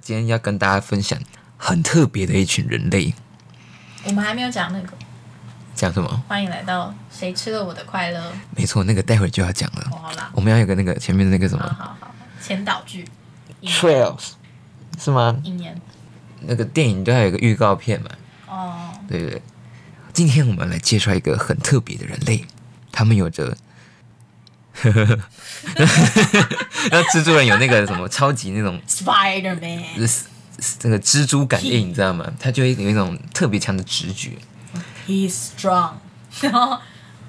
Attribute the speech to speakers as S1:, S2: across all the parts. S1: 今天要跟大家分享很特别的一群人类，
S2: 我们还没有讲那个，
S1: 讲什么？
S2: 欢迎来到《谁吃了我的快乐》。
S1: 没错，那个待会就要讲
S2: 哦，
S1: 了。
S2: 好啦，
S1: 我们要有个那个前面的那个什
S2: 好
S1: 么
S2: 好好，前导剧，一年
S1: trails 是吗？
S2: 一年
S1: 那个电影都要有个预告片嘛，
S2: 哦，
S1: 对不对？今天我们来介绍一个很特别的人类，他们有着， 那蜘蛛人有那个什么超级那种
S2: Spider Man，
S1: 是是那个蜘蛛感应，你知道吗？他就会有一种特别强的直觉，
S2: He's strong，然 后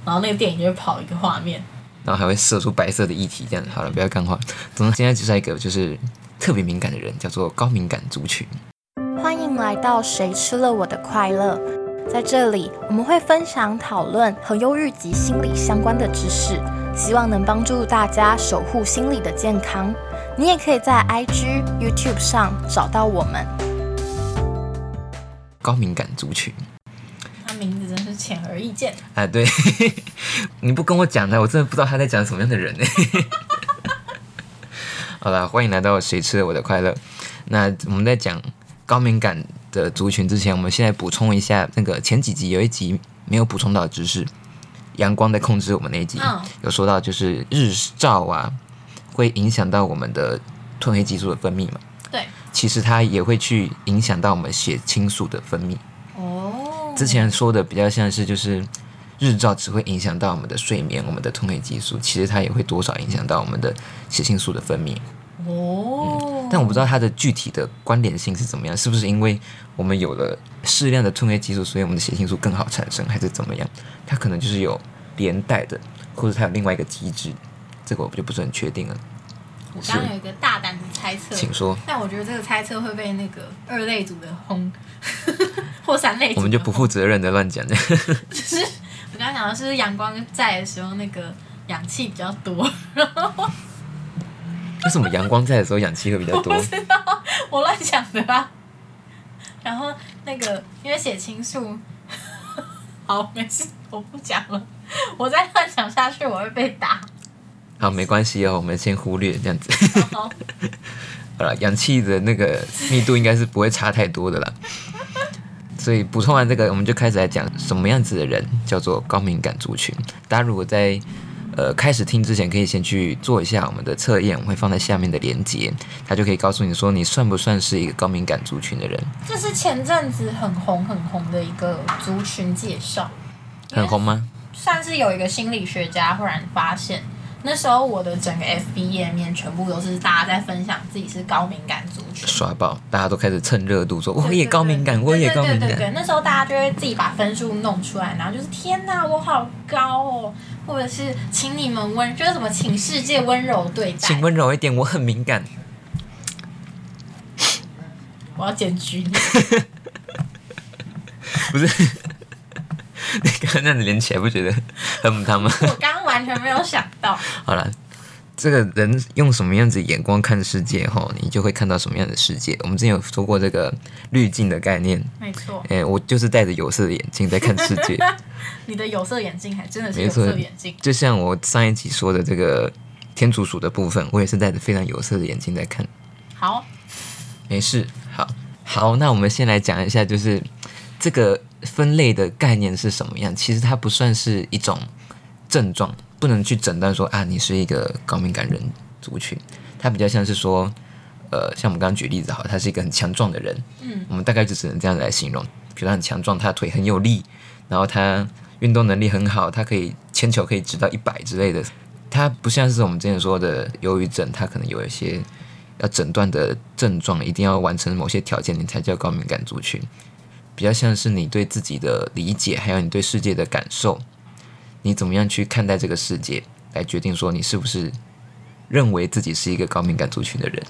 S2: 然后那个电影就会跑一个画面，
S1: 然后还会射出白色的液体，这样好了，不要干话。总之，今天介绍一个就是特别敏感的人，叫做高敏感族群。
S3: 欢迎来到《谁吃了我的快乐》。在这里，我们会分享、讨论和忧郁及心理相关的知识，希望能帮助大家守护心理的健康。你也可以在 IG、YouTube 上找到我们。
S1: 高敏感族群
S2: 他名字真是显而易见。
S1: 啊，对， 你不跟我讲呢，我真的不知道他在讲什么样的人呢。 好啦，欢迎来到《谁吃了我的快乐》。那我们在讲高敏感的族群之前，我们现在补充一下那个前几集有一集没有补充到的知识，《阳光在控制我们》那一集、
S2: 嗯
S1: 有说到，就是日照啊会影响到我们的褪黑激素的分泌嘛，
S2: 对，
S1: 其实它也会去影响到我们血清素的分泌。
S2: 哦，
S1: 之前说的比较像是就是日照只会影响到我们的睡眠，我们的褪黑激素，其实它也会多少影响到我们的血清素的分泌。
S2: 哦，
S1: 嗯但我不知道它的具体的关联性是怎么样，是不是因为我们有了适量的褪黑激素，所以我们的血清素更好产生，还是怎么样？它可能就是有连带的，或者它有另外一个机制，这个我就不是很确定了。
S2: 我刚刚有一个大胆的猜测，
S1: 请说，
S2: 但我觉得这个猜测会被那个二类组的轰， 或三类组的
S1: 我们就不负
S2: 轰
S1: 责任的乱讲。
S2: 我刚刚讲的是阳光在的时候，那个氧气比较多，
S1: 为什么阳光在的时候氧气会比较多
S2: 我？不知道，我乱想的啊。然后那个因为血清素， 好，没事，我不讲了。我再乱想下去，我会被打。
S1: 好，没关系哦，我们先忽略这样子。
S2: 好，
S1: 好了，氧气的那个密度应该是不会差太多的啦。所以补充完这个，我们就开始来讲什么样子的人叫做高敏感族群。大家如果在呃开始听之前，可以先去做一下我们的测验，我会放在下面的连接，它就可以告诉你说你算不算是一个高敏感族群的人。
S2: 这是前阵子很红很红的一个族群介绍，
S1: 很红吗？
S2: 算是有一个心理学家忽然发现。那时候我的整个 FB 页面全部都是大家在分享自己是高敏感族群，
S1: 刷爆，大家都开始蹭热度说
S2: 对
S1: 我也高敏感，
S2: 对
S1: 我也高敏
S2: 对对对对
S1: 感。
S2: 对，那时候大家就会自己把分数弄出来，然后就是天哪，我好高哦，或者是请你们温，就是什么请世界温柔对待
S1: 请。温柔一点，我很敏感。
S2: 我要检举你，
S1: 不是，你刚刚那样子连起来不觉得很母汤吗？
S2: 我刚刚完全没有想到，
S1: 好了，这个人用什么样子眼光看世界，吼，你就会看到什么样的世界。我们之前有说过这个滤镜的概念，
S2: 没错，
S1: 诶、我就是戴着有色的眼镜在看世界，
S2: 你的有色眼镜还真的是
S1: 没
S2: 有
S1: 错
S2: 色眼镜，
S1: 就像我上一集说的这个天竺鼠的部分，我也是戴着非常有色的眼镜在看。
S2: 好，
S1: 没事，好，好，那我们先来讲一下，就是这个分类的概念是什么样。其实它不算是一种症状，不能去诊断说啊，你是一个高敏感人族群。它比较像是说，呃，像我们刚刚举例子，好，他是一个很强壮的人，
S2: 嗯，
S1: 我们大概就只能这样来形容。比如他很强壮，他的腿很有力，然后他运动能力很好，他可以铅球可以直到一百之类的。他不像是我们之前说的忧郁症，他可能有一些要诊断的症状，一定要完成某些条件，你才叫高敏感族群。比较像是你对自己的理解，还有你对世界的感受，你怎么样去看待这个世界，来决定说你是不是认为自己是一个高敏感族群的人。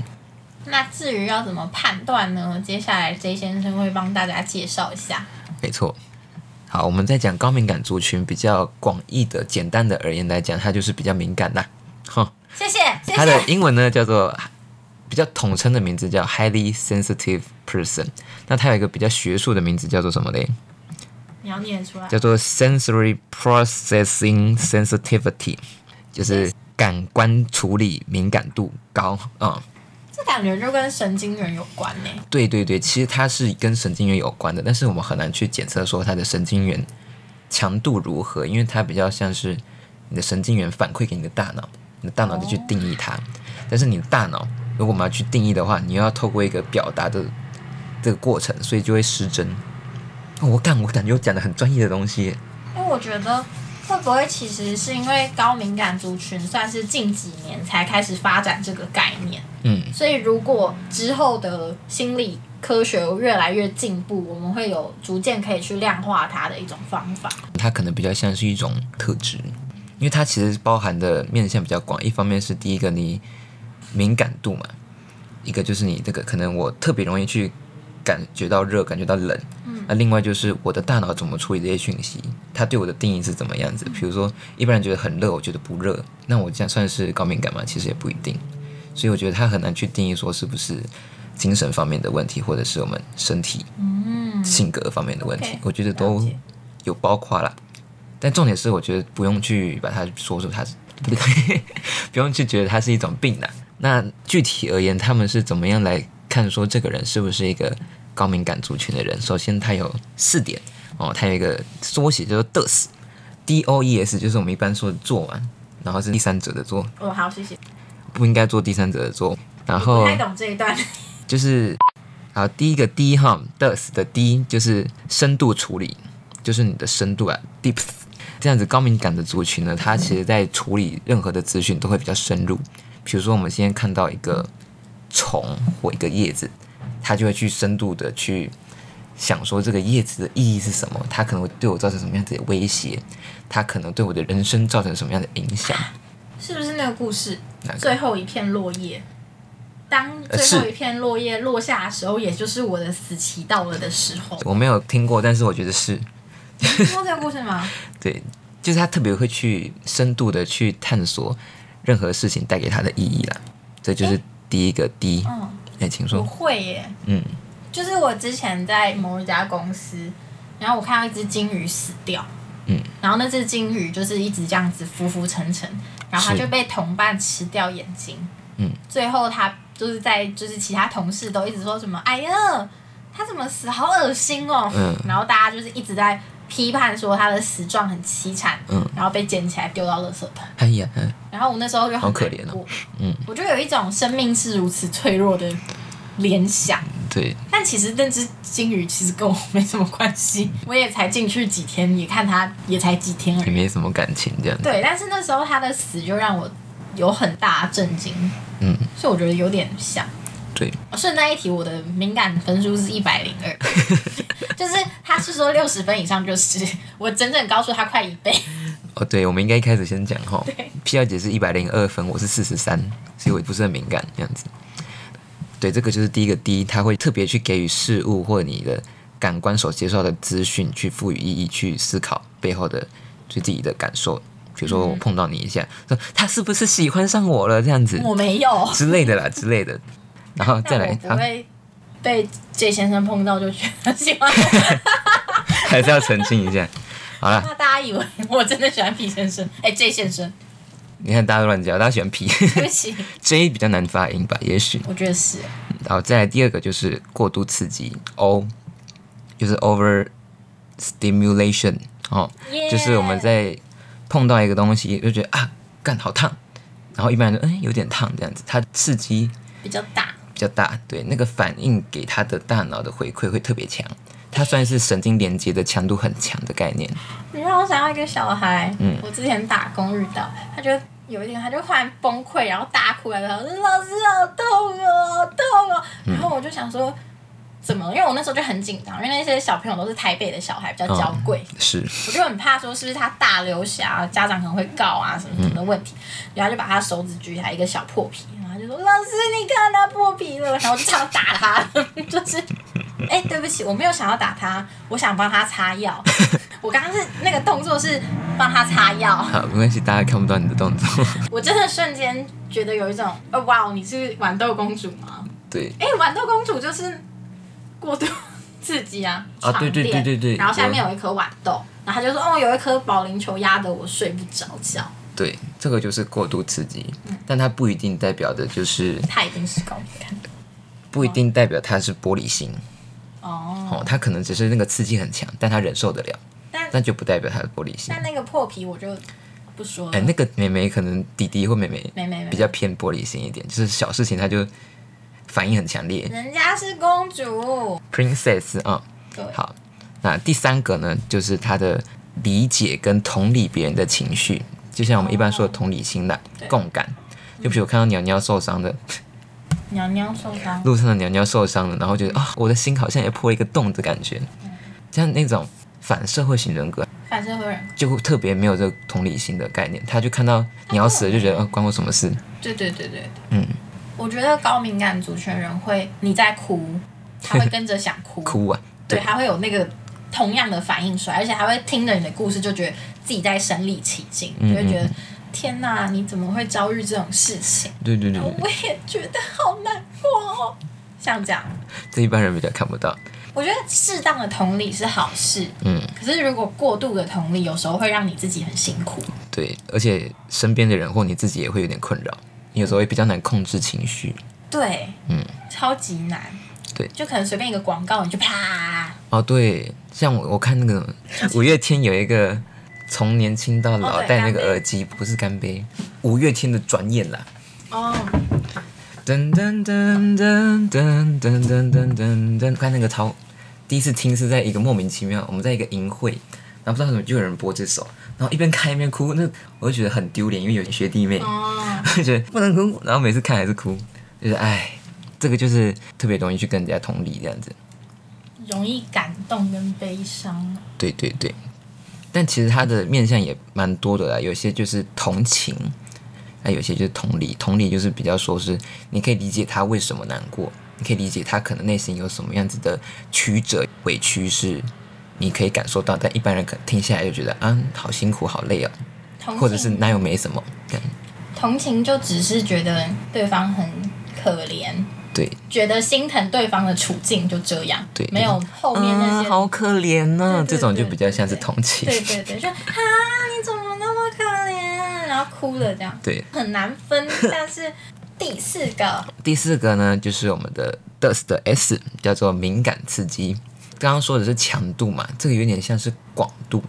S2: 那至于要怎么判断呢？接下来 J 先生会帮大家介绍一下。
S1: 没错。好，我们在讲高敏感族群，比较广义的、简单的而言来讲，它就是比较敏感啦。哼，
S2: 谢谢，谢
S1: 它的
S2: 谢。
S1: 英文呢叫做比较统称的名字叫 highly sensitive person。那它有一个比较学术的名字叫做什么嘞？
S2: 你要念出来
S1: 叫。做 sensory processing sensitivity，就是感官处理敏感度高。嗯，
S2: 这这感觉就跟神经元有关呢、
S1: 对对对，其实它是跟神经元有关的，但是我们很难去检测说它的神经元强度如何，因为它比较像是你的神经元反馈给你的大脑，你的大脑就去定义它。但是你的大脑，如果我们要去定义的话，你又要透过一个表达的这个过程，所以就会失真。哦我感我感觉我讲的很专业的东西耶，
S2: 因为我觉得会不会其实是因为高敏感族群算是近几年才开始发展这个概念，
S1: 嗯，
S2: 所以如果之后的心理科学越来越进步，我们会有逐渐可以去量化它的一种方法。
S1: 它可能比较像是一种特质，因为它其实包含的面向比较广。一方面是第一个你敏感度嘛，一个就是你这个可能我特别容易去感觉到热，感觉到冷。嗯。那另外就是我的大脑怎么处理这些讯息，它对我的定义是怎么样
S2: 嗯
S1: 子？比如说，一般人觉得很热，我觉得不热，那我这样算是高敏感吗？其实也不一定。所以我觉得它很难去定义说是不是精神方面的问题，或者是我们身体、
S2: 嗯，
S1: 性格方面的问题。
S2: OK，
S1: 我觉得
S2: 了
S1: 都
S2: 解
S1: 有包括啦。但重点是，我觉得不用去把它说出它是，不对， 不用去觉得它是一种病啦。那具体而言，他们是怎么样来看说这个人是不是一个高敏感族群的人？首先，他有四点哦，他有一个缩写叫做 DOES，D O E S 就是我们一般说的做完，然后是第三者的做，
S2: 哦，好，谢谢。
S1: 不应该做第三者的做。然
S2: 不
S1: 后
S2: 太懂这一段，
S1: 就是，好，第一个 D 哈 d e s 的 D 就是深度处理，就是你的深度啊，depth。这样子高敏感的族群呢，他其实在处理任何的资讯都会比较深入。比如说，我们现在看到一个虫或一个叶子，他就会去深度的去想说这个叶子的意义是什么，它可能会对我造成什么样子的威胁，它可能对我的人生造成什么样的影响。
S2: 是不是那个故事
S1: 哪个
S2: 最后一片落叶？当
S1: 呃
S2: 最后
S1: 是
S2: 一片落叶落下的时候，也就是我的死期到了的时 候。
S1: 我没有听过，但是我觉得是。
S2: 你听过这个故事吗？
S1: 对，就是他特别会去深度的去探索任何事情带给他的意义啦。这就是第一个 D。哎、
S2: 嗯，
S1: 请
S2: 我
S1: 说。
S2: 会耶。
S1: 嗯，
S2: 就是我之前在某一家公司，然后我看到一只金鱼死掉，
S1: 嗯，
S2: 然后那只金鱼就是一直这样子浮浮沉沉，然后它
S1: 是
S2: 就被同伴吃掉眼睛，
S1: 嗯，
S2: 最后它就是在就是其他同事都一直说什么，哎呀，它怎么死，好恶心哦，
S1: 嗯
S2: 然后大家就是一直在批判说它的死状很凄惨，
S1: 嗯，
S2: 然后被捡起来丢到垃圾桶，
S1: 哎呀，嗯
S2: 然后我那时候就很
S1: 好可
S2: 难
S1: 怜哦
S2: 过，
S1: 嗯，
S2: 我就有一种生命是如此脆弱的联想。
S1: 对，
S2: 但其实那只金鱼其实跟我没什么关系，我也才进去几天，也看它也才几天而
S1: 也
S2: 已。
S1: 没什么感情这样子。
S2: 对，但是那时候它的死就让我有很大的震惊，
S1: 嗯，
S2: 所以我觉得有点像。
S1: 对，
S2: 哦顺带一提，我的敏感分数是一百零 二，就是他是说六十分以上就是，我整整高出他快一倍。
S1: 哦，对，我们应该一开始先讲哈。P 二姐是一百零二分，我是四十三，所以我不是很敏感这样子。对，这个就是第一个 D，他会特别去给予事物或你的感官所接受到的资讯去赋予意义，去思考背后的对自己的感受。比如说
S2: 嗯
S1: 我碰到你一下，说他是不是喜欢上我了这样子
S2: 我没有，
S1: 之类的啦之类的，然后再
S2: 但我
S1: 来
S2: 不
S1: 啊，
S2: 会被 J 先生碰到就觉得 喜欢我。
S1: 还是要澄清一下。好啦，
S2: 那大家以为我真的喜欢 P 先生？哎、j 先生，
S1: 你看大家都乱叫，大家喜欢 P
S2: 对不起，
S1: J 比较难发音吧，也许。
S2: 我觉得是。
S1: 然后再来第二个就是过度刺激 O，就是 over stimulation 哦
S2: Yeah
S1: 就是我们在碰到一个东西就觉得啊，干好烫，然后一般人就嗯有点烫这样子，它刺激
S2: 比较大，
S1: 比较大，对那个反应给他的大脑的回馈会特别强，它算是神经连接的强度很强的概念。
S2: 你让我想到一个小孩，
S1: 嗯
S2: 我之前打工遇到，他就有一天他就突然崩溃，然后大哭然后说老师好痛哦，好痛哦，
S1: 嗯
S2: 然后我就想说。怎么了？因为我那时候就很紧张，因为那些小朋友都是台北的小孩，比较娇
S1: 嗯
S2: 贵，
S1: 是，
S2: 我就很怕说是不是他大流血啊，家长可能会告啊什么什么的问题，然后就把他手指举起来一个小破皮，然后就说老师你看他破皮了，然后我就想打他， 就是哎、对不起，我没有想要打他，我想帮他擦药，我刚刚是那个动作是帮他擦药，
S1: 好，没关系，大家看不到你的动作。
S2: 我真的瞬间觉得有一种哦哇，你是豌豆公主吗？
S1: 对，
S2: 哎、豌豆公主就是过度刺激啊，
S1: 啊
S2: 床
S1: 对对
S2: 垫
S1: 对对对
S2: 然后下面有一颗豌豆，然后他就说哦，有一颗保龄球压得我睡不着觉，
S1: 对，这个就是过度刺激，但它不一定代表的就是
S2: 他一定是高敏感，
S1: 不一定代表他是玻璃心
S2: 哦，
S1: 哦，他可能只是那个刺激很强，但他忍受得了，
S2: 但
S1: 那就不代表他是玻璃心
S2: 但。那个破皮我就不说了。
S1: 哎，那个妹妹可能弟弟或妹妹
S2: 没没没，
S1: 比较偏玻璃心一点，就是小事情他就反应很强烈
S2: 人家是公主，
S1: ，princess 啊、
S2: 对，
S1: 好，那第三个呢，就是他的理解跟同理别人的情绪，就像我们一般说的同理心啦、
S2: 对
S1: 共感。就比如我看到鸟鸟受伤的，
S2: 娘娘受伤，
S1: 路上的鸟鸟受伤了，然后觉得啊、我的心好像也破了一个洞的感觉，像那种反社会型人格，
S2: 反社会人格，
S1: 就会特别没有这个同理心的概念，他就看到鸟死了就觉得、呃、关我什么事？
S2: 对对对对对，
S1: 嗯，
S2: 我觉得高敏感族群人会，你在哭，他会跟着想 哭，
S1: 哭啊！
S2: 对，
S1: 对
S2: 他会有那个同样的反应出来，而且还会听着你的故事，就觉得自己在身临其境，
S1: 嗯
S2: 就会觉得天哪，你怎么会遭遇这种事情？
S1: 对对对对，
S2: 我也觉得好难过哦。像这样，
S1: 这一般人比较看不到。
S2: 我觉得适当的同理是好事，
S1: 嗯，
S2: 可是如果过度的同理，有时候会让你自己很辛苦。
S1: 对，而且身边的人或你自己也会有点困扰，你有时候会比较难控制情绪。
S2: 对，
S1: 嗯，
S2: 超级难。
S1: 对
S2: 就可能随便一个广告，你就啪，
S1: 哦，对，像我我看那 个五月天有一个从年轻到
S2: 哦
S1: 老
S2: 对
S1: 戴那个
S2: 干杯
S1: 耳机，不是干杯，五月天的转眼啦。
S2: 哦，
S1: 噔噔噔噔噔噔噔噔噔噔，看那个超，第一次听是在一个莫名其妙，我们在一个营会，然后不知道怎么就有人播这首，然后一边看一边哭，那我就觉得很丢脸，因为有学弟妹，
S2: 哦，
S1: 就觉得不能哭，然后每次看还是哭，就是哎，这个就是特别容易去跟人家同理这样子。
S2: 容易感动跟悲伤。
S1: 对对对，但其实它的面向也蛮多的啦，有些就是同情，那有些就是同理。同理就是比较说是你可以理解他为什么难过，你可以理解他可能内心有什么样子的曲折、委屈是。你可以感受到，但一般人可能听下来就觉得啊，好辛苦，好累哦，
S2: 同情
S1: 或者是那又没什么，这样
S2: 同情，就只是觉得对方很可怜，
S1: 对
S2: 觉得心疼对方的处境，就这样，
S1: 对
S2: 没有后面那
S1: 啊，
S2: 些。
S1: 好可怜哦呢、
S2: 对对
S1: 这种就
S2: 对
S1: 比较像是
S2: 对
S1: 同情，
S2: 对对对，就啊，你怎么那么可怜？然后哭了这样，
S1: 对
S2: 很难 分。但是第四个，
S1: 第四个呢，就是我们的 dust 的 S，叫做敏感刺激。刚刚说的是强度嘛，这个有点像是广度，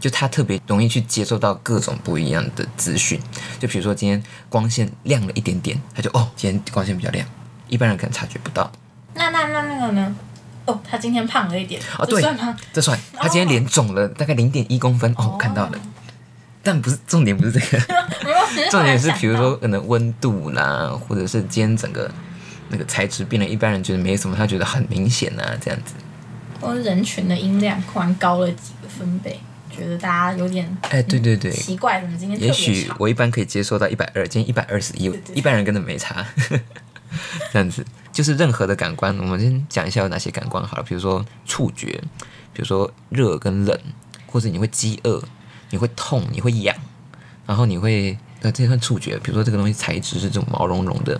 S1: 就它特别容易去接受到各种不一样的资讯。就比如说今天光线亮了一点点，它就哦，今天光线比较亮，一般人可能察觉不到。
S2: 那那那那个呢？哦，他今天胖了一点，
S1: 哦，
S2: 这
S1: 对
S2: 算吗？，哦
S1: 这算。他今天脸肿了大概零点一公分，哦，我看到了。但不是重点，不是这个。
S2: 没有， 只是
S1: 重
S2: 突
S1: 点
S2: 然
S1: 是，
S2: 想
S1: 比如
S2: 到
S1: 说可能温度啦，或者是今天整个那个材质变了，一般人觉得没什么，他觉得很明显啊，这样子。
S2: 或者人群的音量突然高了几个分贝，觉得大家有点
S1: 哎，对对对，
S2: 奇怪，怎么今天特
S1: 也
S2: 别
S1: 许
S2: 吵？
S1: 我一般可以接受到一百二，今天一百二十一
S2: 对，对
S1: 一般人根本没差。这样子，就是任何的感官，我们先讲一下有哪些感官好了，比如说触觉，比如说热跟冷，或者你会饥饿，你会痛，你会痒，然后你会呃，这算触觉，比如说这个东西材质是这种毛茸茸的，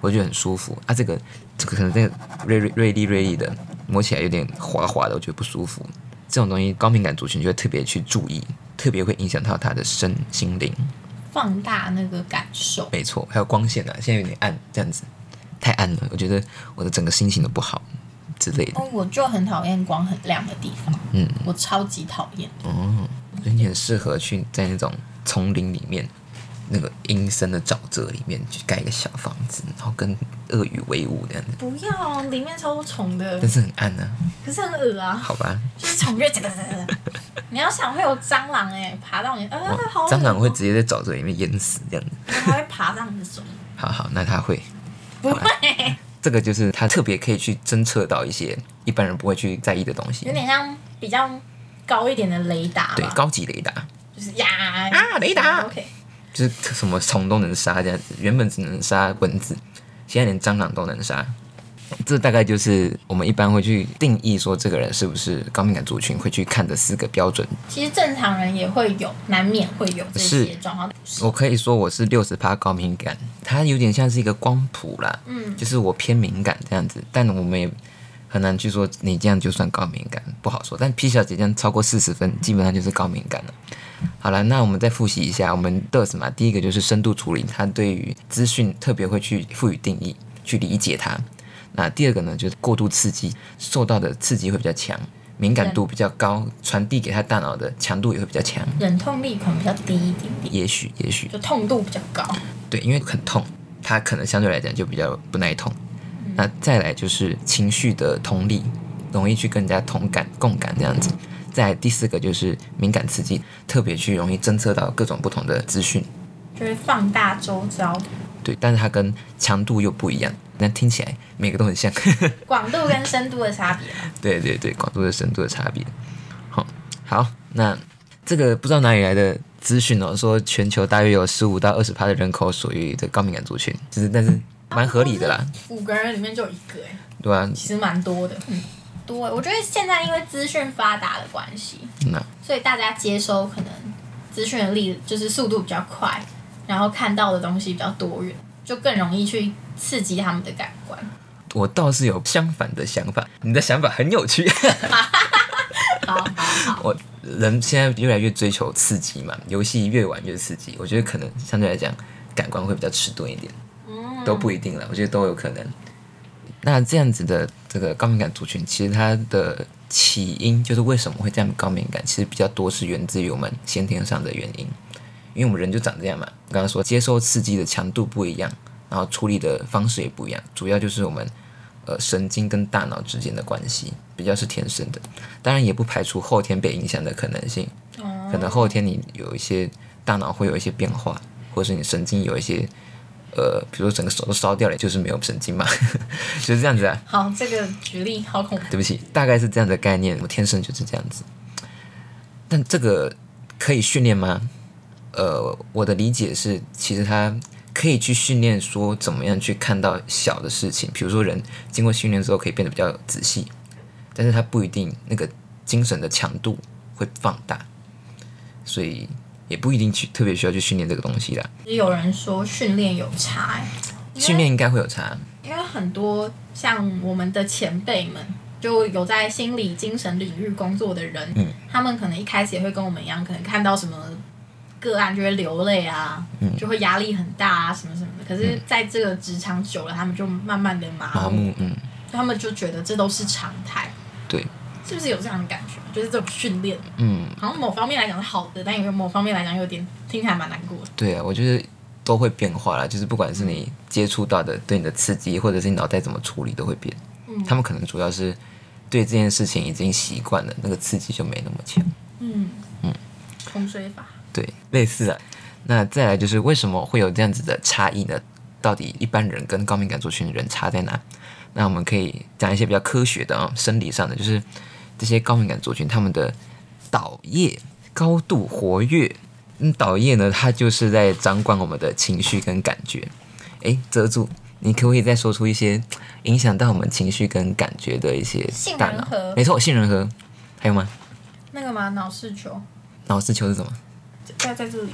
S1: 我觉得很舒服啊，这个这个可能这个锐锐锐利锐利的，摸起来有点滑滑的，我觉得不舒服。这种东西高敏感族群就会特别去注意，特别会影响到他的身心灵。
S2: 放大那个感受，
S1: 没错，还有光线啊，现在有点暗，这样子太暗了，我觉得我的整个心情都不好之类的。
S2: 哦，我就很讨厌光很亮的地方，
S1: 嗯，
S2: 我超级讨厌。
S1: 哦，所以你很适合去在那种丛林里面，那个阴森的沼泽里面去盖一个小房子，然后跟鳄鱼为伍这样子，
S2: 不要，里面超多虫的
S1: 但，是很暗啊，
S2: 可是很恶啊，
S1: 好吧？
S2: 就是虫越你要想会有蟑螂哎、爬到你，呃，好恶哦
S1: 蟑螂会直接在沼泽里面淹死这样子。
S2: 它会爬上你的手，
S1: 好好，那他会。
S2: 不会，
S1: 这个就是他特别可以去侦测到一些一般人不会去在意的东西
S2: 有，点像比较高一点的雷达吧，
S1: 对，高级雷达
S2: 就是呀
S1: 啊雷达
S2: ，OK，
S1: 就是什么虫都能杀这样子，原本只能杀蚊子，现在连蟑螂都能杀。这大概就是我们一般会去定义说这个人是不是高敏感族群会去看的四个标准。
S2: 其实正常人也会有，难免会有这些
S1: 是
S2: 状况，
S1: 我可以说我是六十趴高敏感，它有点像是一个光谱啦，
S2: 嗯，
S1: 就是我偏敏感这样子，但我们也很难去说你这样就算高敏感，不好说。但 P 小姐这样超过四十分，基本上就是高敏感了。好了，那我们再复习一下，我们 DOS 嘛，第一个就是深度处理，它对于资讯特别会去赋予定义，去理解它。那第二个呢，就是过度刺激，受到的刺激会比较强，敏感度比较高，传递给他大脑的强度也会比较强。
S2: 忍痛力可能比较低一点点，
S1: 也许，也许
S2: 就痛度比较高。
S1: 对，因为很痛，他可能相对来讲就比较不耐痛。那再来就是情绪的同理，容易去跟人家同感、共感这样子。再来第四个就是敏感刺激，特别去容易侦测到各种不同的资讯。
S2: 就会放大周遭，
S1: 对，但是它跟强度又不一样，那听起来每个都很像。
S2: 广度跟深度的差别嘛。
S1: 对对对，广度的深度的差别。好，好，那这个不知道哪里来的资讯哦，说全球大约有十五到二十趴的人口属于这高敏感族群，就是但是蛮合理的啦，
S2: 五个人里面就有一个哎、
S1: 对啊吧、
S2: 其实蛮多的。嗯，多欸。我觉得现在因为资讯发达的关系，
S1: 那
S2: 所以大家接收可能资讯的力就是速度比较快，然后看到的东西比较多元，就更容易去刺激他们的感官。
S1: 我倒是有相反的想法，你的想法很有趣。
S2: 好好好，
S1: 我人现在越来越追求刺激嘛，游戏越玩越刺激，我觉得可能相对来讲感官会比较迟钝一点，都不一定了，我觉得都有可能。那这样子的这个高敏感族群，其实它的起因就是为什么会这样高敏感，其实比较多是源自于我们先天上的原因，因为我们人就长这样嘛。我刚刚说接收刺激的强度不一样，然后处理的方式也不一样，主要就是我们呃神经跟大脑之间的关系比较是天生的，当然也不排除后天被影响的可能性，可能后天你有一些大脑会有一些变化，或是你神经有一些。呃，比如说整个手都烧掉了，就是没有神经嘛， 就是这样子啊。
S2: 好，这个举例好恐怖。
S1: 对不起，大概是这样的概念，我天生就是这样子。但这个可以训练吗？呃，我的理解是，其实它可以去训练说怎么样去看到小的事情，比如说人经过训练之后可以变得比较仔细，但是它不一定那个精神的强度会放大，所以也不一定去特别需要去训练这个东西啦。
S2: 其实有人说训练有差、欸，因为
S1: 训练应该会有差，
S2: 因为很多像我们的前辈们，就有在心理精神领域工作的人，
S1: 嗯
S2: 他们可能一开始也会跟我们一样，可能看到什么个案就会流泪啊，
S1: 嗯
S2: 就会压力很大啊，什么什么的。可是在这个职场久了，他们就慢慢的麻
S1: 麻
S2: 木，
S1: 木，嗯，
S2: 他们就觉得这都是常态，
S1: 对，
S2: 是不是有这样的感觉？就是这种训练，
S1: 嗯，
S2: 好像某方面来讲是好的，但有某方面来讲有点听起来蛮难过的。
S1: 对啊，我觉得都会变化啦，就是不管是你接触到的对你的刺激，或者是你脑袋怎么处理，都会变。
S2: 嗯
S1: 他们可能主要是对这件事情已经习惯了，那个刺激就没那么强。
S2: 嗯风水法，
S1: 对，类似啊。那再来就是为什么会有这样子的差异呢？到底一般人跟高敏感族群的人差在哪？那我们可以讲一些比较科学的啊、生理上的，就是这些高敏感族群他们的岛叶高度活跃。嗯，岛叶呢，它就是在掌管我们的情绪跟感觉。诶，遮住，你可不可以再说出一些影响到我们情绪跟感觉的一些
S2: 杏
S1: 大
S2: 仁
S1: 脑
S2: 核？
S1: 没错，杏仁核。还有吗？
S2: 那个吗？脑视球
S1: 脑丝球是什么？
S2: 在在这里，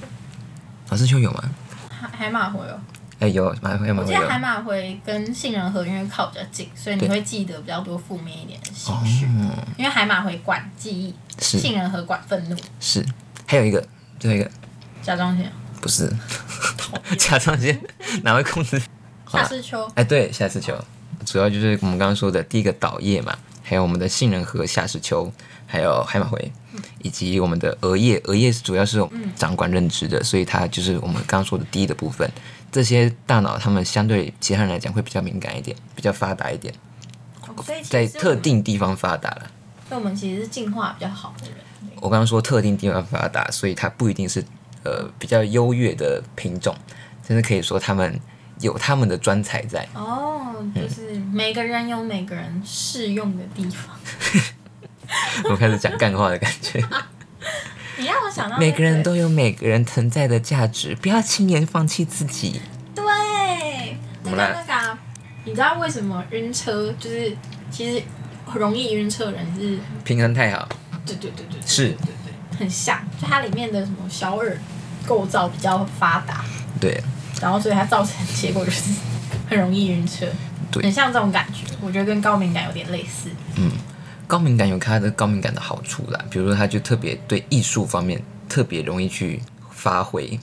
S1: 脑丝球有吗？
S2: 海海马回哦。
S1: 哎、有，马会马
S2: 我
S1: 会
S2: 记
S1: 有。
S2: 得海马回跟杏仁核因为靠比较近，所以你
S1: 对哦
S2: 会记得比较多负面一点的情绪。因为海马回管记忆，
S1: 是
S2: 杏仁核管愤怒，
S1: 是，还有一个，最后一个
S2: 甲状腺、
S1: 不是 甲状 腺，哪会控制？好
S2: 下
S1: 啦，
S2: 视丘、
S1: 哎，对，下次球，主要就是我们刚刚说的第一个岛叶嘛，还有我们的杏仁核、下视丘，还有海马回，
S2: 嗯
S1: 以及我们的额叶。额叶主要是我们掌管认知的，所以它就是我们刚刚说的第一的部分。这些大脑他们相对其他人来讲会比较敏感一点，比较发达一点，
S2: 哦所以其实
S1: 在
S2: 我们
S1: 特，定地方发达了。
S2: 所以我们其实是进化比较好的人。
S1: 我刚刚说特定地方发达，所以它不一定是呃比较优越的品种，甚至可以说他们有他们的专才在。
S2: 哦，就是每个人有每个人适用的地方。
S1: 我开始讲干话的感觉，
S2: 你让我想到那
S1: 每个人都有每个人存在的价值，不要轻言放弃自己。
S2: 对，那
S1: 怎
S2: 个
S1: 么
S2: 那
S1: 啦
S2: 个啊，你知道为什么晕车就是其实容易晕车的人是？
S1: 平衡太好，
S2: 对对对对对
S1: 是
S2: 对对，很像，就它里面的什么小耳构造比较发达，
S1: 对
S2: 然后所以它造成的结果就是很容易晕车，
S1: 对
S2: 很像这种感觉，我觉得跟高敏感有点类似。
S1: 高敏感有它的高敏感的好处啦，比如说他就特别对艺术方面特别容易去发挥，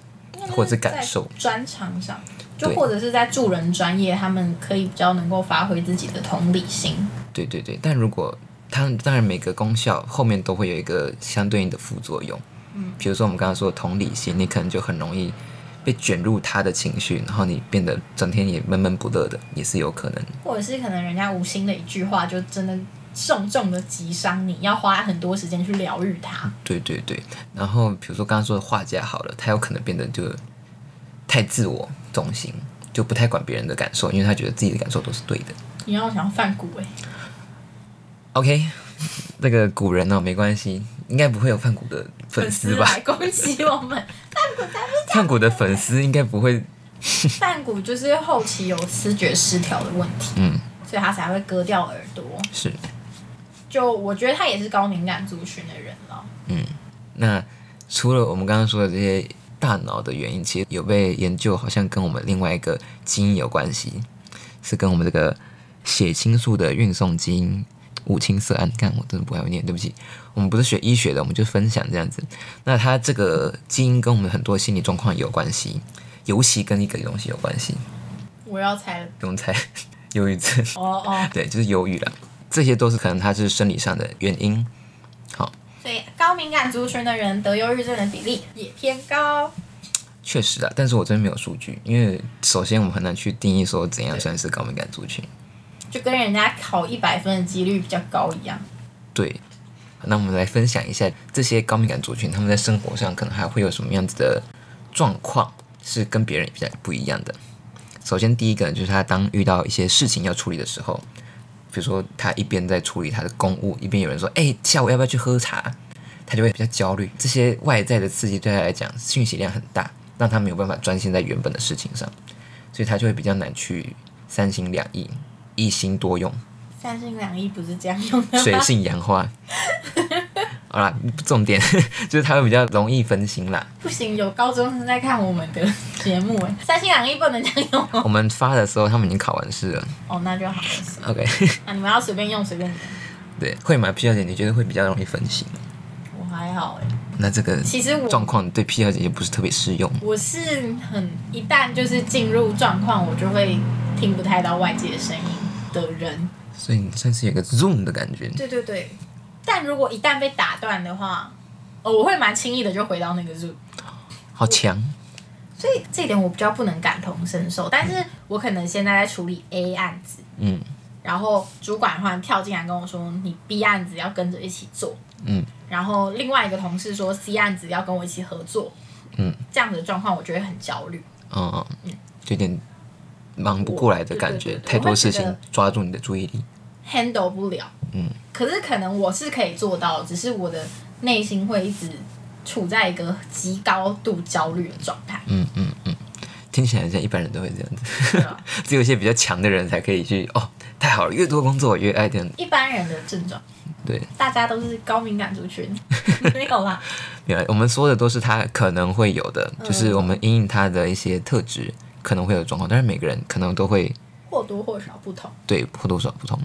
S1: 或者是感受
S2: 在专长上，就
S1: 对
S2: 或者是在助人专业，他们可以比较能够发挥自己的同理心。
S1: 对对对，但如果它当然每个功效后面都会有一个相对应的副作用，嗯，比如说我们刚刚说的同理心，你可能就很容易被卷入他的情绪，然后你变得整天也闷闷不乐的，也是有可能。
S2: 或者是可能人家无心的一句话，就真的重重的击伤你，要花很多时间去疗愈它。
S1: 对对对，然后比如说刚刚说的画家好了，他有可能变得就太自我中心，就不太管别人的感受，因为他觉得自己的感受都是对的。
S2: 你让我想要犯骨哎、
S1: OK，那个古人呢、哦没关系，应该不会有范谷的粉丝啊吧？
S2: 来攻击我们。
S1: 范谷的粉丝应该不会
S2: 范骨就是后期有思觉失调的问题，
S1: 嗯，
S2: 所以他才会割掉耳朵。
S1: 是。
S2: 就我觉得他也是高敏感族群的人了。
S1: 那除了我们刚刚说的这些大脑的原因，其实有被研究，好像跟我们另外一个基因有关系，是跟我们这个血清素的运送基因五羟色胺。看，我真的不太会念，对不起。我们不是学医学的，我们就分享这样子。那它这个基因跟我们很多心理状况有关系，尤其跟一个东西有关系，
S2: 我要猜了，
S1: 不用猜， 忧郁症。
S2: 哦哦，
S1: 对，就是忧郁了。这些都是可能它是生理上的原因。好，
S2: 所以高敏感族群的人得忧郁症的比例也偏高。
S1: 确实啊，但是我这边没有数据，因为首先我们很难去定义说怎样算是高敏感族群。
S2: 就跟人家考一百分的几率比较高一样。
S1: 对，那我们来分享一下这些高敏感族群他们在生活上可能还会有什么样子的状况是跟别人比较不一样的。首先第一个呢就是他当遇到一些事情要处理的时候，比如说他一边在处理他的公务，一边有人说：“哎、下午要不要去喝茶？”他就会比较焦虑。这些外在的刺激对他来讲讯息量很大，让他没有办法专心在原本的事情上，所以他就会比较难去三心两意、一心多用。
S2: 三心两意不是这样用 的
S1: 水
S2: 吗？
S1: 性杨花。好啦，重点 就是他会比较容易分心啦。
S2: 不行，有高中生在看我们的节目哎，三心两意不能这样用哦。
S1: 我们发的时候，他们已经考完试了。
S2: 哦，那就好了。
S1: OK，
S2: 啊，你们要随便用随便用，
S1: 对，会吗？P 小姐，你觉得会比较容易分心？
S2: 我还好哎。
S1: 那这个
S2: 其实我
S1: 状况对 P 小姐就不是特别适用。
S2: 我是很一旦就是进入状况，我就会听不太到外界的声音的人。
S1: 所以你算是有个 zoom 的感觉。
S2: 对对对，但如果一旦被打断的话，哦，我会蛮轻易的就回到那个 zoo。
S1: 好强，
S2: 所以这一点我比较不能感同身受，但是我可能现在在处理 A 案子，
S1: 嗯
S2: 然后主管忽然跳进来跟我说，你 B 案子要跟着一起做，
S1: 嗯，
S2: 然后另外一个同事说 C 案子要跟我一起合作，
S1: 嗯，
S2: 这样子的状况我就会很焦虑，
S1: 哦，有点忙不过来的感
S2: 我
S1: 觉，
S2: 对对对
S1: 太多事
S2: 我会
S1: 情
S2: 觉
S1: 抓住你的注意力。
S2: handle 不了。
S1: 嗯，。
S2: 可是可能我是可以做到，只是我的内心会一直处在一个极高度焦虑的状态
S1: 嗯嗯嗯，听起来像一般人都会这样子，
S2: 对啊吧
S1: 只有一些比较强的人才可以去哦，太好了，越多工作我越爱这样。
S2: 一般人的症状，
S1: 对，
S2: 大家都是高敏感族群，没有啦。
S1: 没有，我们说的都是他可能会有的，
S2: 嗯
S1: 就是我们因应他的一些特质可能会有的状况，但是每个人可能都会
S2: 或多或少不同。
S1: 对或多或少不同。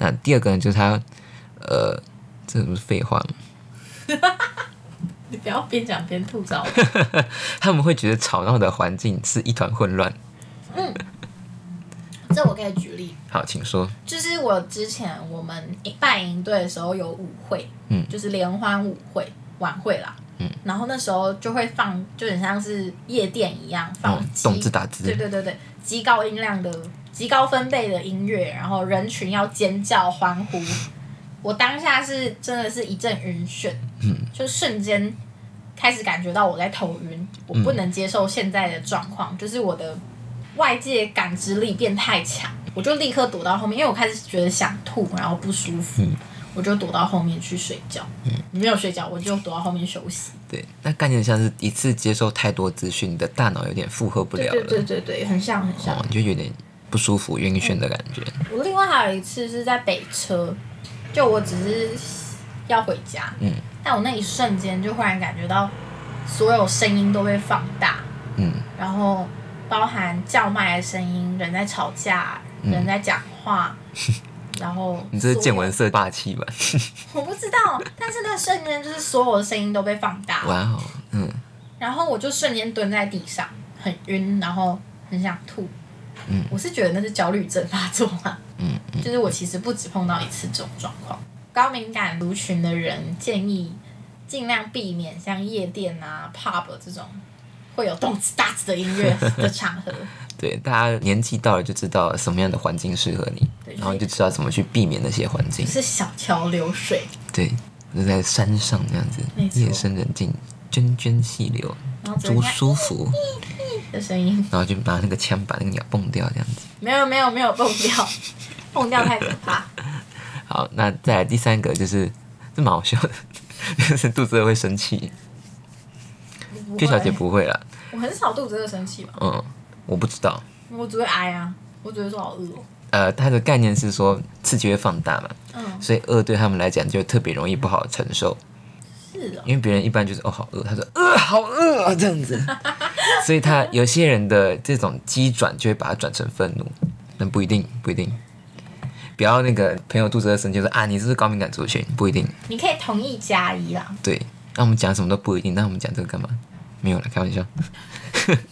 S1: 那第二个呢，就是他，呃，这不是废话吗？
S2: 你不要边讲边吐 槽我。
S1: 他们会觉得吵闹的环境是一团混乱。
S2: 这我可以举例，
S1: 好，请说。
S2: 就是我之前我们办营队的时候有舞会，
S1: 嗯
S2: 就是联欢舞会晚会啦，
S1: 嗯，
S2: 然后那时候就会放，就很像是夜店一样放
S1: 嗯
S2: 极
S1: 动字打字
S2: 对对对对，极高音量的、极高分贝的音乐，然后人群要尖叫欢呼，我当下是真的是一阵晕眩，
S1: 嗯，
S2: 就瞬间开始感觉到我在头晕，
S1: 嗯
S2: 我不能接受现在的状况，就是我的外界感知力变太强，我就立刻躲到后面，因为我开始觉得想吐，然后不舒服，
S1: 嗯
S2: 我就躲到后面去睡觉，嗯，没有睡觉，我就躲到后面休息，
S1: 对，那概念像是一次接受太多资讯，你的大脑有点负荷不
S2: 对
S1: 了
S2: 对
S1: 了，
S2: 对对对，很像很像。
S1: 哦，你就有点不舒服、晕眩的感觉。
S2: 我另外还有一次是在北车，就我只是要回家，
S1: 嗯，
S2: 但我那一瞬间就忽然感觉到所有声音都被放大，
S1: 嗯，
S2: 然后包含叫卖的声音、人在吵架、人在讲 话，然后
S1: 嗯你这是
S2: 所有
S1: 见闻色霸气吧？
S2: 我不知道，但是那瞬间就是所有的声音都被放大，
S1: 哇哦，嗯，
S2: 然后我就瞬间蹲在地上，很晕，然后很想吐。
S1: 嗯，
S2: 我是觉得那是焦虑症发作啊。
S1: 嗯嗯
S2: 就是我其实不止碰到一次这种状况。高敏感族群的人建议尽量避免像夜店啊、pub 这种会有动次打次的音乐 的场合。
S1: 对，大家年纪到了就知道什么样的环境适合你，
S2: 对
S1: 然后就知道怎么去避免那些环境
S2: 就。是小桥流水，
S1: 对，就在山上这样子
S2: 没，错
S1: 夜深人静，涓涓细流，
S2: 然后只有
S1: 多
S2: 那
S1: 舒服。
S2: 的声音。
S1: 然后就拿那个枪把那个鸟蹦掉这样子。
S2: 没有没有没有蹦掉， 蹦掉太可怕。
S1: 好，那再来第三个就是，这蛮好笑的， 就是肚子饿会生气。P 小姐
S2: 会，
S1: 不会啦，
S2: 我很少肚子饿生气吧，
S1: 嗯，我不知道。
S2: 我只会哀啊，我只会说好饿哦。
S1: 呃，它的概念是说刺激会放大嘛，
S2: 嗯，
S1: 所以饿对他们来讲就特别容易不好承受，
S2: 是哦，
S1: 因为别人一般就是哦好饿，他说饿好饿啊这样子， 所以他有些人的这种机转就会把它转成愤怒，但不一定不一定，不要那个朋友肚子饿生气说啊你是不是高敏感族群，不一定，
S2: 你可以同意加一啦。
S1: 对，那我们讲什么都不一定，那我们讲这个干嘛？没有了，开玩笑，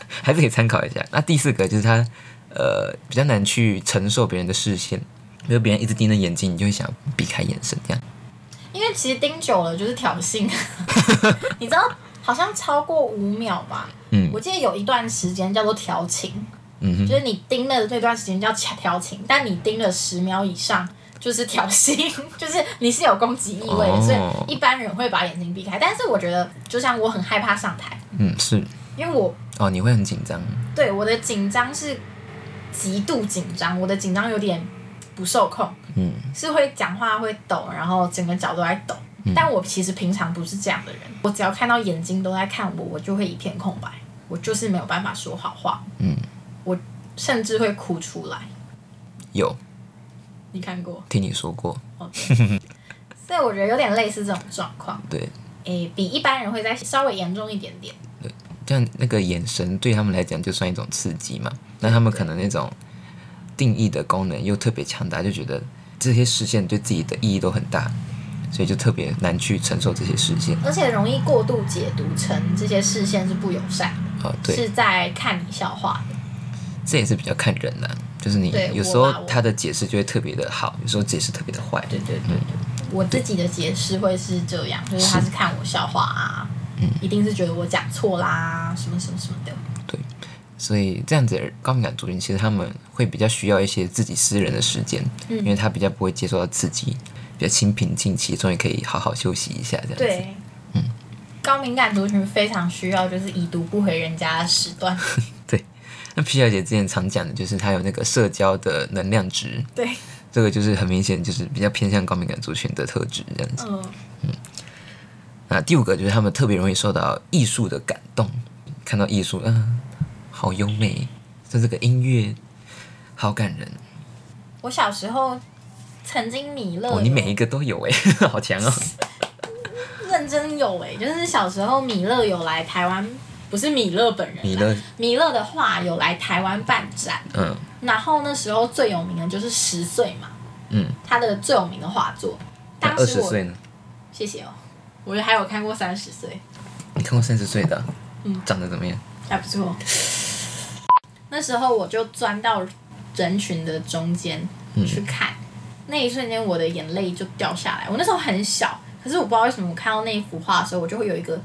S1: 还是可以参考一下。那第四个就是他呃比较难去承受别人的视线，比如别人一直盯着眼睛，你就会想避开眼神这样。
S2: 因为其实盯久了就是挑 衅，你知道，好像超过五秒吧。
S1: 嗯
S2: 我记得有一段时间叫做调情，
S1: 嗯哼
S2: 就是你盯了这段时间叫调情，但你盯了十秒以上就是挑衅， 就是你是有攻击意味的，
S1: 哦
S2: 所以一般人会把眼睛避开。但是我觉得，就像我很害怕上台，
S1: 嗯是
S2: 因为我
S1: 哦，你会很紧张，
S2: 对我的紧张是极度紧张，我的紧张有点不受控，
S1: 嗯
S2: 是会讲话会抖，然后整个脚都在抖。
S1: 嗯
S2: 但我其实平常不是这样的人，我只要看到眼睛都在看我，我就会一片空白，我就是没有办法说好话，
S1: 嗯
S2: 我甚至会哭出来。
S1: 有
S2: 你看过？
S1: 听你说过，
S2: 哦对所以我觉得有点类似这种状况，
S1: 对，
S2: 诶，比一般人会再稍微严重一点点。
S1: 这样那个眼神对他们来讲就算一种刺激嘛，那他们可能那种定义的功能又特别强大，就觉得这些视线对自己的意义都很大，所以就特别难去承受这些视线。
S2: 而且容易过度解读成这些视线是不友善的，
S1: 哦，对，
S2: 是在看你笑话的。
S1: 这也是比较看人的，就是你
S2: 对
S1: 有时
S2: 我啦
S1: 候
S2: 我
S1: 他的解释就会特别的好，有时候解释特别的坏。
S2: 对对对对，我自己的解释会是这样，就是他是看我笑话啊，
S1: 嗯
S2: 一定是觉得我讲错啦，什么什么什么的。
S1: 所以这样子的高敏感族群其实他们会比较需要一些自己私人的时间，
S2: 嗯
S1: 因为他比较不会接受到刺激，比较心平气静，终于可以好好休息一下这样子。
S2: 对，
S1: 嗯
S2: 高敏感族群非常需要就是已读不回人家的时段。
S1: 那皮小姐之前常讲的就是她有那个社交的能量值，
S2: 对，
S1: 这个就是很明显就是比较偏向高敏感族群的特质这样子。
S2: 嗯，
S1: 那第五个就是他们特别容易受到艺术的感动，看到艺术，嗯、好优美，就这个音乐好感人
S2: 我小时候曾经米勒有、
S1: 哦，你每一个都有哎、 好强哦！
S2: 认真有哎、就是小时候米勒有来台湾，不是米勒本人啊，
S1: 米勒，
S2: 米勒的画有来台湾办展，
S1: 嗯
S2: 然后那时候最有名的就是十岁嘛，
S1: 嗯，
S2: 他的最有名的画作。
S1: 那
S2: 当
S1: 二
S2: 时
S1: 十
S2: 我
S1: 岁呢？
S2: 谢谢哦，我还有看过三十岁，
S1: 你看过三十岁的啊、
S2: 嗯
S1: 长得怎么样？
S2: 还不错。 那时候我就钻到人群的中间去看，那一瞬间我的眼泪就掉下来。我那时候很小，可是我不知道为什么我看到那一幅画的时候，我就会有一个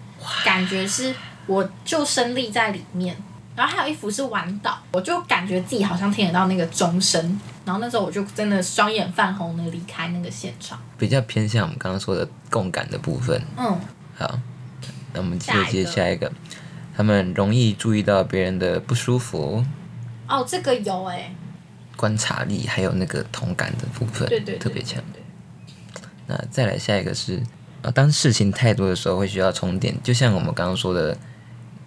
S2: 感觉是我就身历在里面。然后还有一幅是晚岛，我就感觉自己好像听得到那个钟声。然后那时候我就真的双眼泛红的离开那个现场。
S1: 比较偏向我们刚刚说的共感的部分。
S2: 嗯，
S1: 好，那我们接着接
S2: 下
S1: 下一个，他们容易注意到别人的不舒服、
S2: 哦，这个有哎、
S1: 观察力，还有那个同感的部分，
S2: 对对对
S1: 特别强。
S2: 对
S1: 那再来下一个是，啊，当事情太多的时候会需要充电，就像我们刚刚说的，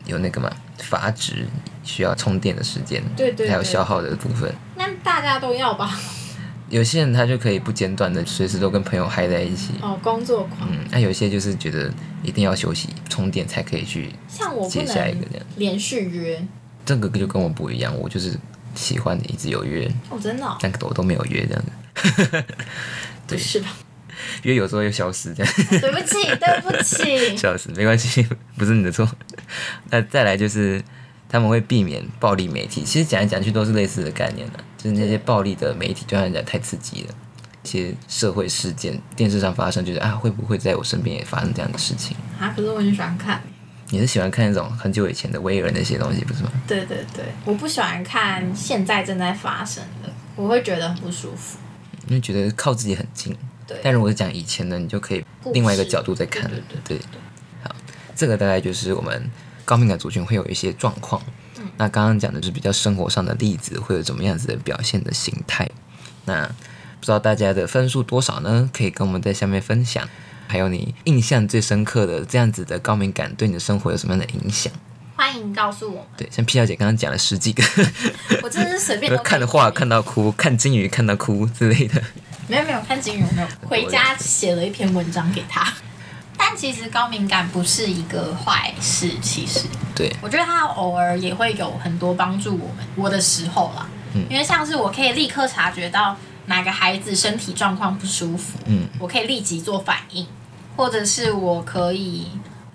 S1: 有那个嘛阀值需要充电的时间，
S2: 对对对
S1: 还有消耗的部分。
S2: 那大家都要吧？
S1: 有些人他就可以不间断的，随时都跟朋友嗨在一起。
S2: 哦，工作狂。
S1: 嗯，那有些就是觉得一定要休息充电才可以去，
S2: 像我不
S1: 接下一个
S2: 能
S1: 这样
S2: 连续约，
S1: 这个就跟我不一样，我就是喜欢一直有约，
S2: 哦，真的、哦、
S1: 但我都没有约这样子，
S2: 不是吧？
S1: 约有时候又消失这样，
S2: 对不起，对不 起，
S1: 消失没关系，不是你的错， 那再来就是他们会避免暴力媒体，其实讲来讲去都是类似的概念的、啊就是那些暴力的媒体对他们来讲太刺激了。一些社会事件，电视上发生，就是啊，会不会在我身边也发生这样的事情？
S2: 啊，可是我很喜欢看。
S1: 你是喜欢看那种很久以前的威尔那些东西，不是吗？
S2: 对对对，我不喜欢看现在正在发生的，我会觉得很不舒服。
S1: 因为觉得靠自己很近。
S2: 对，
S1: 但如果是讲以前的，你就可以
S2: 故事
S1: 另外一个角度再看
S2: 对
S1: 了。
S2: 对
S1: 对，好，这个大概就是我们高敏感族群会有一些状况。
S2: 嗯
S1: 那刚刚讲的就是比较生活上的例子，会有怎么样子的表现的形态。那不知道大家的分数多少呢？可以跟我们在下面分享。还有你印象最深刻的这样子的高敏感对你的生活有什么样的影响？
S2: 欢迎告诉我们，
S1: 对，像 P 小姐刚刚讲了十几个，
S2: 我真的是随便都可 以
S1: 看的话看到哭，看金鱼看到哭之类的。
S2: 没有没有看金融没有，回家写了一篇文章给他。但其实高敏感不是一个坏事，其实
S1: 对，
S2: 我觉得他偶尔也会有很多帮助我们我的时候啦，
S1: 嗯
S2: 因为像是我可以立刻察觉到哪个孩子身体状况不舒服，
S1: 嗯，
S2: 我可以立即做反应，或者是我可以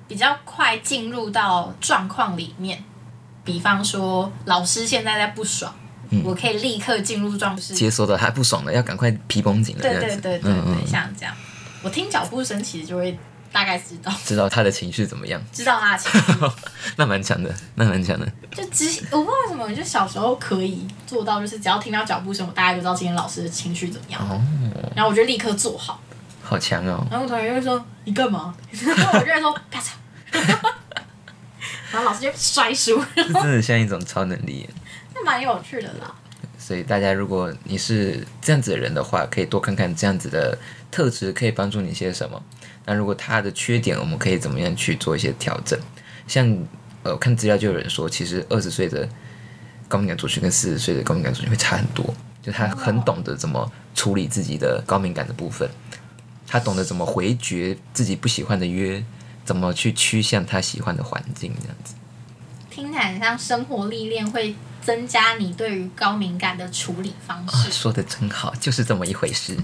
S2: 比较快进入到状况里面。比方说，老师现在在不爽，我可以立刻进入状况，
S1: 嗯接收到他不爽了，要赶快皮绷紧了，这
S2: 嗯对
S1: 样
S2: 对
S1: 子。
S2: 对对
S1: 嗯嗯
S2: 对，
S1: 嗯
S2: 像这样，我听脚步声其实就会大概知道
S1: 知道他的情绪怎么样，
S2: 知道他的情绪。
S1: 那蛮强的，那蛮强的。
S2: 就只我不知道为什么，就小时候可以做到，就是只要听到脚步声，我大概就知道今天老师的情绪怎么样，
S1: 哦，
S2: 然后我就立刻做好。
S1: 好强哦！
S2: 然后我同学就会说你干嘛？然后我就会说啪嚓， 然后老师就摔书，
S1: 这真的像一种超能力耶。
S2: 那蛮有趣的啦。
S1: 所以大家，如果你是这样子的人的话，可以多看看这样子的特质可以帮助你些什么。那如果他的缺点，我们可以怎么样去做一些调整？像呃，我看资料就有人说，其实二十岁的高敏感族群跟四十岁的高敏感族群会差很多，就他很懂得怎么处理自己的高敏感的部分，他懂得怎么回绝自己不喜欢的约，怎么去趋向他喜欢的环境，这样子。
S2: 听起来很像生活历练会增加你对于高敏感的处理方
S1: 啊，
S2: 式。
S1: 说的真好，就是这么一回事。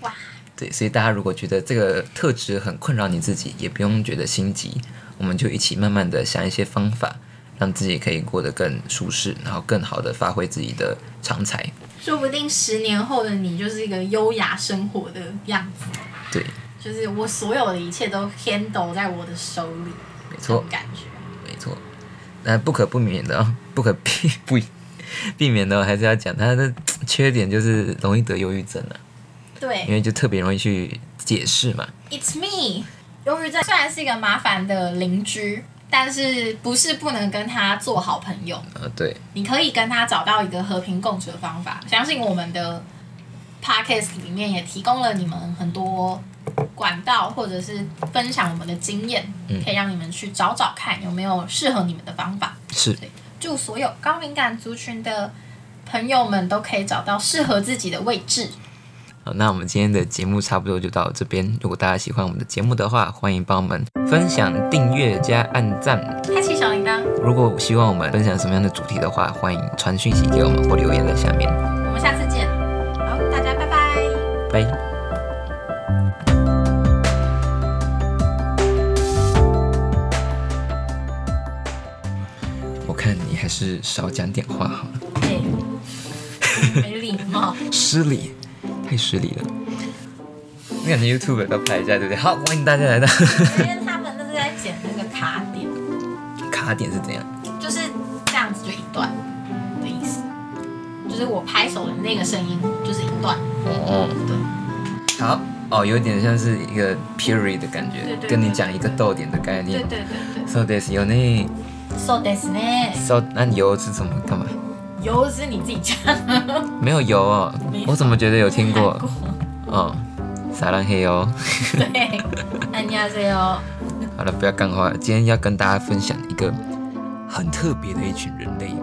S2: 哇，
S1: 对，所以大家如果觉得这个特质很困扰你自己，也不用觉得心急，我们就一起慢慢的想一些方法，让自己可以过得更舒适，然后更好的发挥自己的长才。
S2: 说不定十年后的你就是一个优雅生活的样子，
S1: 对，
S2: 就是我所有的一切都 handle 在我的手里，
S1: 没
S2: 这
S1: 错
S2: 种，感觉。
S1: 没错。那不可不免的啊，不可避不避免的，还是要讲他的缺点就是容易得忧郁症啊，因
S2: 对
S1: 为就特别容易去解释嘛。
S2: ，It's me。忧郁症虽然是一个麻烦的邻居，但是不是不能跟他做好朋友？
S1: 啊，对，
S2: 你可以跟他找到一个和平共处的方法。相信我们的 podcast 里面也提供了你们很多管道，或者是分享我们的经验，可以让你们去找找看有没有适合你们的方法。
S1: 是
S2: 祝所有高敏感族群的朋友们都可以找到适合自己的位置。
S1: 好，那我们今天的节目差不多就到这边。如果大家喜欢我们的节目的话，欢迎帮我们分享、订阅加按赞。
S2: 开启小铃铛，
S1: 如果希望我们分享什么样的主题的话，欢迎传讯息给我们或留言在下面。
S2: 我们下次见。好，大家拜拜。
S1: 拜。我看你还是少讲点话好了，
S2: 哎， 没礼貌。
S1: 失礼，太失礼了。我感觉 YouTube 要拍一下，对不对？好，欢迎大家来到
S2: 因为他们那是在剪那个卡点，
S1: 卡点是怎样？
S2: 就是这样子就一段的意思，就是我拍手的那个声音就是一段。
S1: 哦，好，哦，有点像是一个 period 的感觉，
S2: 对对
S1: 跟你讲一个逗点的概念。
S2: 对对
S1: So this 有呢
S2: 对。So this 呢？
S1: ，so 那你油是什么干嘛？
S2: 油是你自己加的，
S1: 没有油哦
S2: 没，有
S1: 我怎么觉得有听过
S2: 韩？国
S1: 哦，撒浪哦嘿油。
S2: 对， 安妮亚塞哦。
S1: 好了，不要干话了，今天要跟大家分享一个很特别的一群人类，